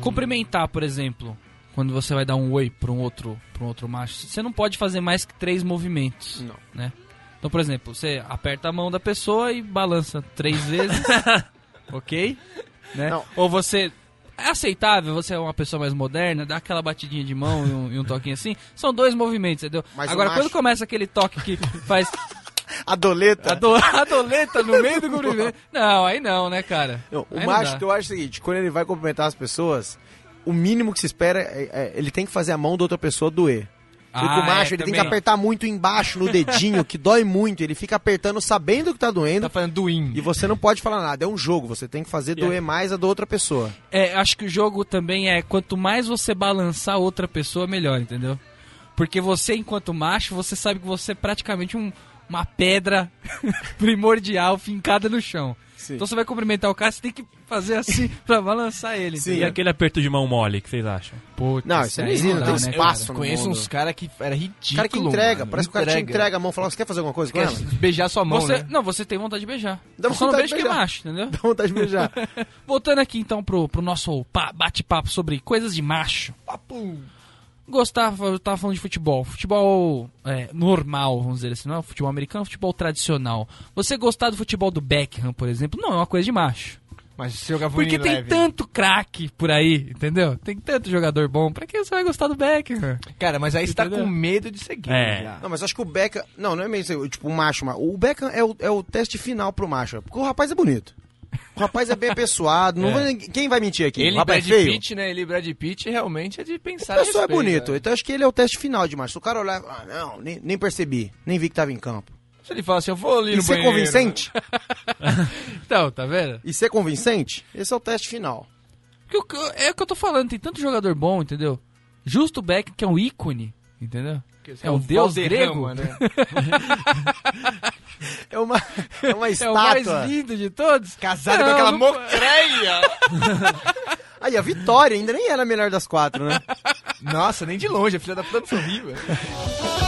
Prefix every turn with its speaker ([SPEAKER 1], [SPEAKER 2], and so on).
[SPEAKER 1] Cumprimentar, por exemplo, quando você vai dar um oi para um outro, para um outro macho, você não pode fazer mais que três movimentos,
[SPEAKER 2] Não.
[SPEAKER 1] né? Então, por exemplo, você aperta a mão da pessoa e balança três vezes, ok? Né?
[SPEAKER 2] Não.
[SPEAKER 1] Ou você é aceitável, você é uma pessoa mais moderna, dá aquela batidinha de mão e um, e um toquinho assim. São dois movimentos, entendeu?
[SPEAKER 2] Mas o
[SPEAKER 1] Agora,
[SPEAKER 2] macho-
[SPEAKER 1] quando começa aquele toque que faz
[SPEAKER 2] Adoleta.
[SPEAKER 1] a, do, a doleta no meio do cumprimento, não, aí não, né, cara?
[SPEAKER 2] Não, o
[SPEAKER 1] Aí não
[SPEAKER 2] macho
[SPEAKER 1] dá.
[SPEAKER 2] que eu acho é o seguinte, quando ele vai cumprimentar as pessoas, o mínimo que se espera é, é- ele tem que fazer a mão da outra pessoa doer. Porque
[SPEAKER 1] Ah,
[SPEAKER 2] o macho,
[SPEAKER 1] é,
[SPEAKER 2] ele tem que
[SPEAKER 1] também.
[SPEAKER 2] apertar muito embaixo no dedinho, que dói muito, ele fica apertando sabendo que tá doendo,
[SPEAKER 1] Tá falando é. do in.
[SPEAKER 2] e você não pode falar nada, é um jogo, você tem que fazer doer mais a da outra pessoa.
[SPEAKER 1] É, acho que o jogo também é quanto mais você balançar outra pessoa, melhor, entendeu? Porque você, enquanto macho, você sabe que você é praticamente um- uma pedra primordial fincada no chão.
[SPEAKER 2] Sim.
[SPEAKER 1] Então você vai cumprimentar o cara, você tem que fazer assim pra balançar ele.
[SPEAKER 2] Sim.
[SPEAKER 3] E aquele aperto de mão mole, que vocês acham?
[SPEAKER 1] Putz,
[SPEAKER 2] Não, isso não
[SPEAKER 1] aí
[SPEAKER 2] existe, não
[SPEAKER 1] dá,
[SPEAKER 2] tem
[SPEAKER 1] né,
[SPEAKER 2] espaço.
[SPEAKER 1] cara?
[SPEAKER 2] no
[SPEAKER 4] Conheço
[SPEAKER 2] mundo.
[SPEAKER 4] uns caras que era ridículo.
[SPEAKER 2] cara que entrega,
[SPEAKER 4] mano.
[SPEAKER 2] parece que o cara te entrega a mão e fala, você quer fazer alguma coisa com ela?
[SPEAKER 4] Quer beijar sua mão,
[SPEAKER 1] Você,
[SPEAKER 4] né?
[SPEAKER 1] Não, você tem vontade de beijar.
[SPEAKER 2] Dá
[SPEAKER 1] Só não
[SPEAKER 2] vontade
[SPEAKER 1] beijo
[SPEAKER 2] de
[SPEAKER 1] que é
[SPEAKER 2] beijar.
[SPEAKER 1] macho, entendeu?
[SPEAKER 2] Dá vontade de beijar.
[SPEAKER 1] Voltando aqui então pro, pro nosso pa- bate-papo sobre coisas de macho.
[SPEAKER 2] Ah,
[SPEAKER 1] Gostava, eu tava falando de futebol. Futebol é, normal, vamos dizer assim, não é futebol americano, é futebol tradicional. Você gostar do futebol do Beckham, por exemplo, não é uma coisa de macho.
[SPEAKER 4] Mas se jogar
[SPEAKER 1] Porque tem tanto craque por aí, entendeu? Tem tanto jogador bom, pra que você vai gostar do Beckham?
[SPEAKER 4] Cara, mas aí você tá
[SPEAKER 1] Entendeu?
[SPEAKER 4] com medo de ser gay. né,
[SPEAKER 3] É.
[SPEAKER 4] já.
[SPEAKER 2] Não, mas acho que o Beckham. Não, não é mesmo tipo o macho, mas o Beckham é o, é o teste final pro macho. Porque o rapaz é bonito. O rapaz é bem apessoado. Não vai- quem vai mentir aqui?
[SPEAKER 4] Ele
[SPEAKER 2] o rapaz é
[SPEAKER 4] Brad
[SPEAKER 2] feio?
[SPEAKER 4] Pitt, né? Ele Brad Pitt realmente é de
[SPEAKER 2] A
[SPEAKER 4] pensar. a
[SPEAKER 2] pessoa é
[SPEAKER 4] respeito,
[SPEAKER 2] bonito.
[SPEAKER 4] né?
[SPEAKER 2] Então acho que ele é o teste final de macho. Se o cara olhar, ah, não, nem, nem percebi. Nem vi que tava em campo.
[SPEAKER 4] Se ele fala assim, eu vou ali
[SPEAKER 2] E
[SPEAKER 4] no
[SPEAKER 2] ser
[SPEAKER 4] banheiro.
[SPEAKER 2] convincente?
[SPEAKER 1] Então, tá vendo?
[SPEAKER 2] E ser convincente? Esse é o teste final.
[SPEAKER 1] Porque o que- é o que eu tô falando, tem tanto jogador bom, entendeu? Justo o Beckham, que é um ícone, entendeu? É um deus grego.
[SPEAKER 4] Valderrama, né?
[SPEAKER 2] É uma, é uma
[SPEAKER 1] É o mais
[SPEAKER 2] estátua.
[SPEAKER 1] lindo de todos.
[SPEAKER 4] Casado
[SPEAKER 1] Não,
[SPEAKER 4] com aquela
[SPEAKER 1] não-
[SPEAKER 4] mocreia.
[SPEAKER 2] Aí a vitória ainda nem era a melhor das quatro, né?
[SPEAKER 4] Nossa, nem de longe, a filha da puta não sorriu. velho.